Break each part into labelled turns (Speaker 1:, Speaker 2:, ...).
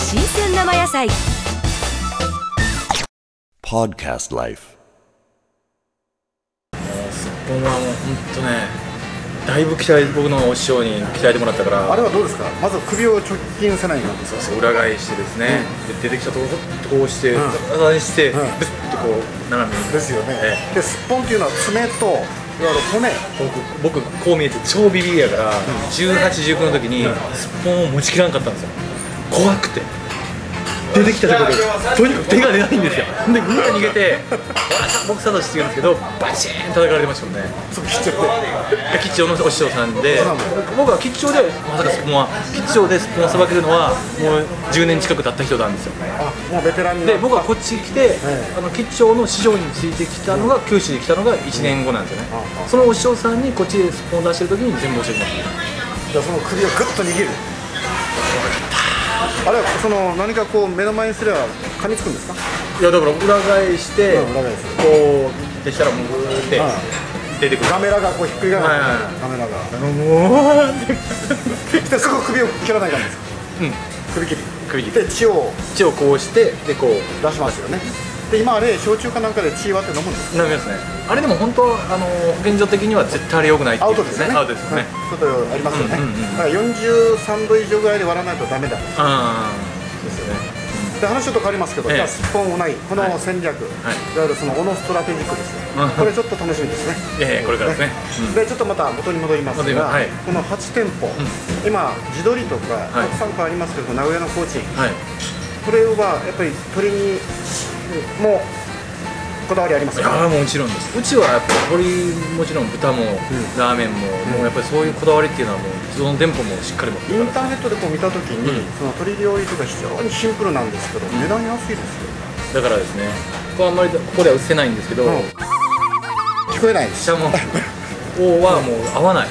Speaker 1: 生野菜
Speaker 2: Podcast Life.
Speaker 3: すっぽんはもう本当ねだいぶ鍛え僕のお師匠に鍛えてもらったから
Speaker 4: あれはどうですかまずは首を直近せないように
Speaker 3: そうそう裏返してですね、で出てきたところこうして、う裏返して、ブスッとこう斜めに
Speaker 4: ですよね、
Speaker 3: え
Speaker 4: ですっぽんっていうのは爪といわゆる骨
Speaker 3: 僕僕こう見えて超ビビりやから、1819の時にすっぽんを持ちきらんかったんですよ怖くて出てきたところでとにかく手が出ないんですよでぐわ逃げて僕サトシって言うんですけどバチーン叩かれてましたもんね
Speaker 4: そう切っちゃって
Speaker 3: 吉兆のお師匠さんで僕は吉兆でまさかスポンは吉兆でスポンをさばけるのはもう10年近く経った人なんですよ
Speaker 4: あもうベテランにな
Speaker 3: で僕はこっちに来てあの吉兆の師匠についてきたのが九州に来たのが1年後なんですよねそのお師匠さんにこっちでスポンを出してる時に全部教えてもらっ
Speaker 4: じゃあその首をグッと握るあれはその何かこう目の前にすれば噛みつくんですか
Speaker 3: たいやだから裏返して
Speaker 4: うん裏返す
Speaker 3: こうでしたらもうグーって
Speaker 4: はい
Speaker 3: 出てくる
Speaker 4: ガメラがこうひっくり返る、
Speaker 3: はいはいは
Speaker 4: ガメラ
Speaker 3: も
Speaker 4: が
Speaker 3: う
Speaker 4: ですぐ首を切らない感じです
Speaker 3: う
Speaker 4: か
Speaker 3: ん
Speaker 4: 首切り
Speaker 3: 首切り
Speaker 4: で血を
Speaker 3: 口をこうしてでこう
Speaker 4: 出しますよねで今あれ焼酎かなんかで血割って飲むんです
Speaker 3: なりますねあれでも本当あの現状的には絶対あれ良くないって
Speaker 4: ア
Speaker 3: いう
Speaker 4: ウトですよね
Speaker 3: アウトですよね、
Speaker 4: うんちょっとありますよね、
Speaker 3: うんうんうん
Speaker 4: だから43度以上ぐらいで割らないとダメだ
Speaker 3: ああですよね
Speaker 4: で話ちょっと変わりますけど、
Speaker 3: ええ
Speaker 4: じゃあすっぽんをないこの
Speaker 3: はい
Speaker 4: 戦略、
Speaker 3: はい
Speaker 4: い、わゆるそのオノストラテジックですよ、
Speaker 3: うん
Speaker 4: これちょっと楽しみですね
Speaker 3: ええこれからですね
Speaker 4: でちょっとまた元に戻ります
Speaker 3: 戻り
Speaker 4: が、
Speaker 3: ますはい
Speaker 4: この8店舗、今地鶏とか
Speaker 3: はい
Speaker 4: たくさんこうありますけど、名古屋のコーチン
Speaker 3: はい
Speaker 4: これはやっぱり鶏にもこだわりあります
Speaker 3: いや
Speaker 4: か
Speaker 3: ーもちろんですうちはやっぱ鶏もちろん豚も、ラーメンも、もうやっぱりそういうこだわりっていうのはもうその店舗もしっかり持って
Speaker 4: イ
Speaker 3: る
Speaker 4: ン
Speaker 3: か
Speaker 4: ターネットでこう見たときに、
Speaker 3: うん
Speaker 4: その鶏料理とか非常にシンプルなんですけど、値段安いです
Speaker 3: ら
Speaker 4: よ
Speaker 3: だからですねここはあんまりここでは売せないんですけど、
Speaker 4: うん聞こえないで
Speaker 3: 下もここはもう合わない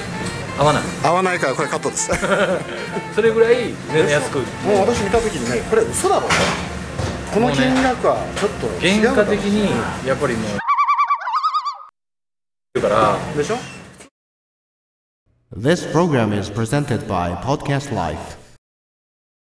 Speaker 3: 合わない
Speaker 4: 合わないからこれカットですも
Speaker 3: それぐらい値段安く
Speaker 4: う私見たときにねこれ嘘だろこの金額はちょっと違う
Speaker 3: 原
Speaker 4: だ
Speaker 3: 価
Speaker 4: ろ
Speaker 3: 的にやっぱりもうだから
Speaker 4: でしょ
Speaker 5: This program is presented by Podcast Life.